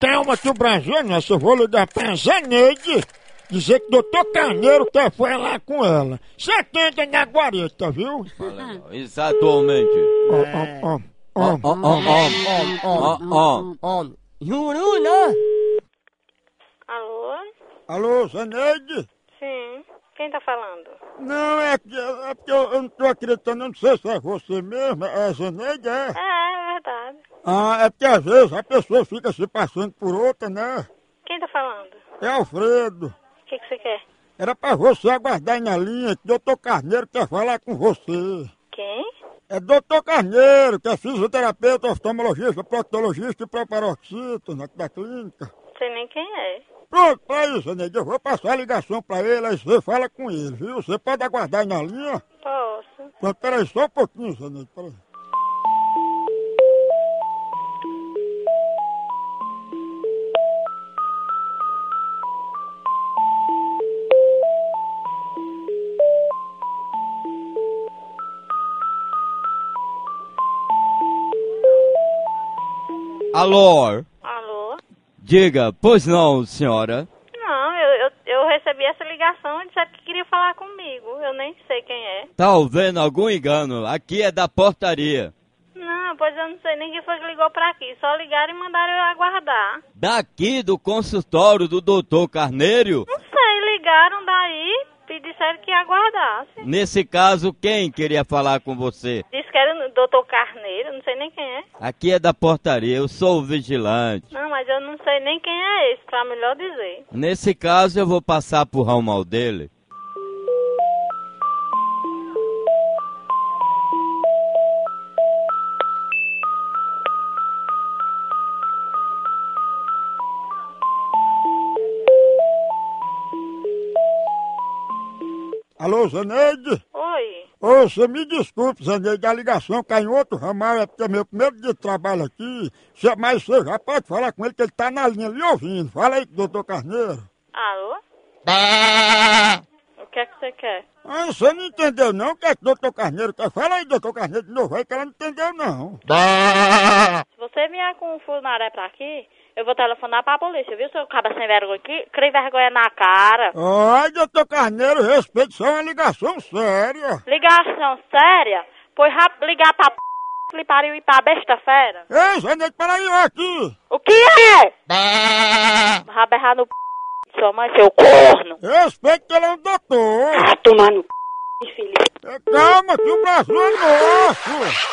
Calma, que o Brasil é nosso. Eu vou ligar pra Zaneide dizer que o doutor Carneiro quer falar com ela. Você atende na guarita, viu? Exatamente. Ó, ó, ó, ó. Ó, ó, ó, ó, ó. On. Juruna? Alô? Alô, Zaneide? Sim. Quem tá falando? Não, é, que- é porque eu, eu não tô acreditando, eu não sei se é você mesmo, é Zaneide, é? É, é verdade. Ah, é porque às vezes a pessoa fica se passando por outra, né? Quem tá falando? É Alfredo. O que, que você quer? Era pra você aguardar aí na linha que o Dr. Carneiro quer falar com você. Quem? É Dr. Carneiro, que é fisioterapeuta, oftalmologista, proctologista e proparoxista na, da clínica. Sei nem quem é. Pronto, pra isso, Neide, eu vou passar a ligação pra ele, aí você fala com ele, viu? Você pode aguardar aí na linha? Posso. Pronto, peraí, só um pouquinho, Zaneide, peraí. Alô, Alô? diga, pois não, senhora. Não, eu, eu, eu recebi essa ligação e disseram que queria falar comigo. Eu nem sei quem é. Tá havendo algum engano? Aqui é da portaria. Não, pois eu não sei nem quem foi que ligou pra aqui. Só ligaram e mandaram eu aguardar. Daqui do consultório do doutor Carneiro? Não sei, ligaram daí e disseram que aguardasse. Nesse caso, quem queria falar com você? Disse que era o doutor Carneiro, não sei nem quem é. Aqui é da portaria, eu sou o vigilante. Não, mas eu não sei nem quem é esse, pra melhor dizer. Nesse caso, eu vou passar pro ramal dele. Alô, Zaneide? Oi. Ô, Você me desculpe, Zaneide, a ligação cai em outro ramal, é porque é meu primeiro dia de trabalho aqui. Você- Mas você já pode falar com ele que ele tá na linha ali ouvindo. Fala aí, doutor Carneiro. Alô? O que é que você quer? Ah, você não entendeu não o que é que o doutor Carneiro quer? Fala aí, doutor Carneiro, de novo aí que ela não entendeu não. Se você vier com um funaré pra aqui, eu vou telefonar pra polícia, viu, seu cabra sem vergonha aqui? Crie vergonha na cara. Ai, doutor Carneiro, respeito, isso é uma ligação séria. Ligação séria? Pois rápido ligar pra p... que lhe pariu e pra besta fera. Ei, Zaneide, para aí, ó, aqui. O que é? Raberrar no p... de sua mãe, seu corno. Respeito que ele é um doutor. Vai tomar no p... infeliz. É, Calma, que o Brasil é nosso.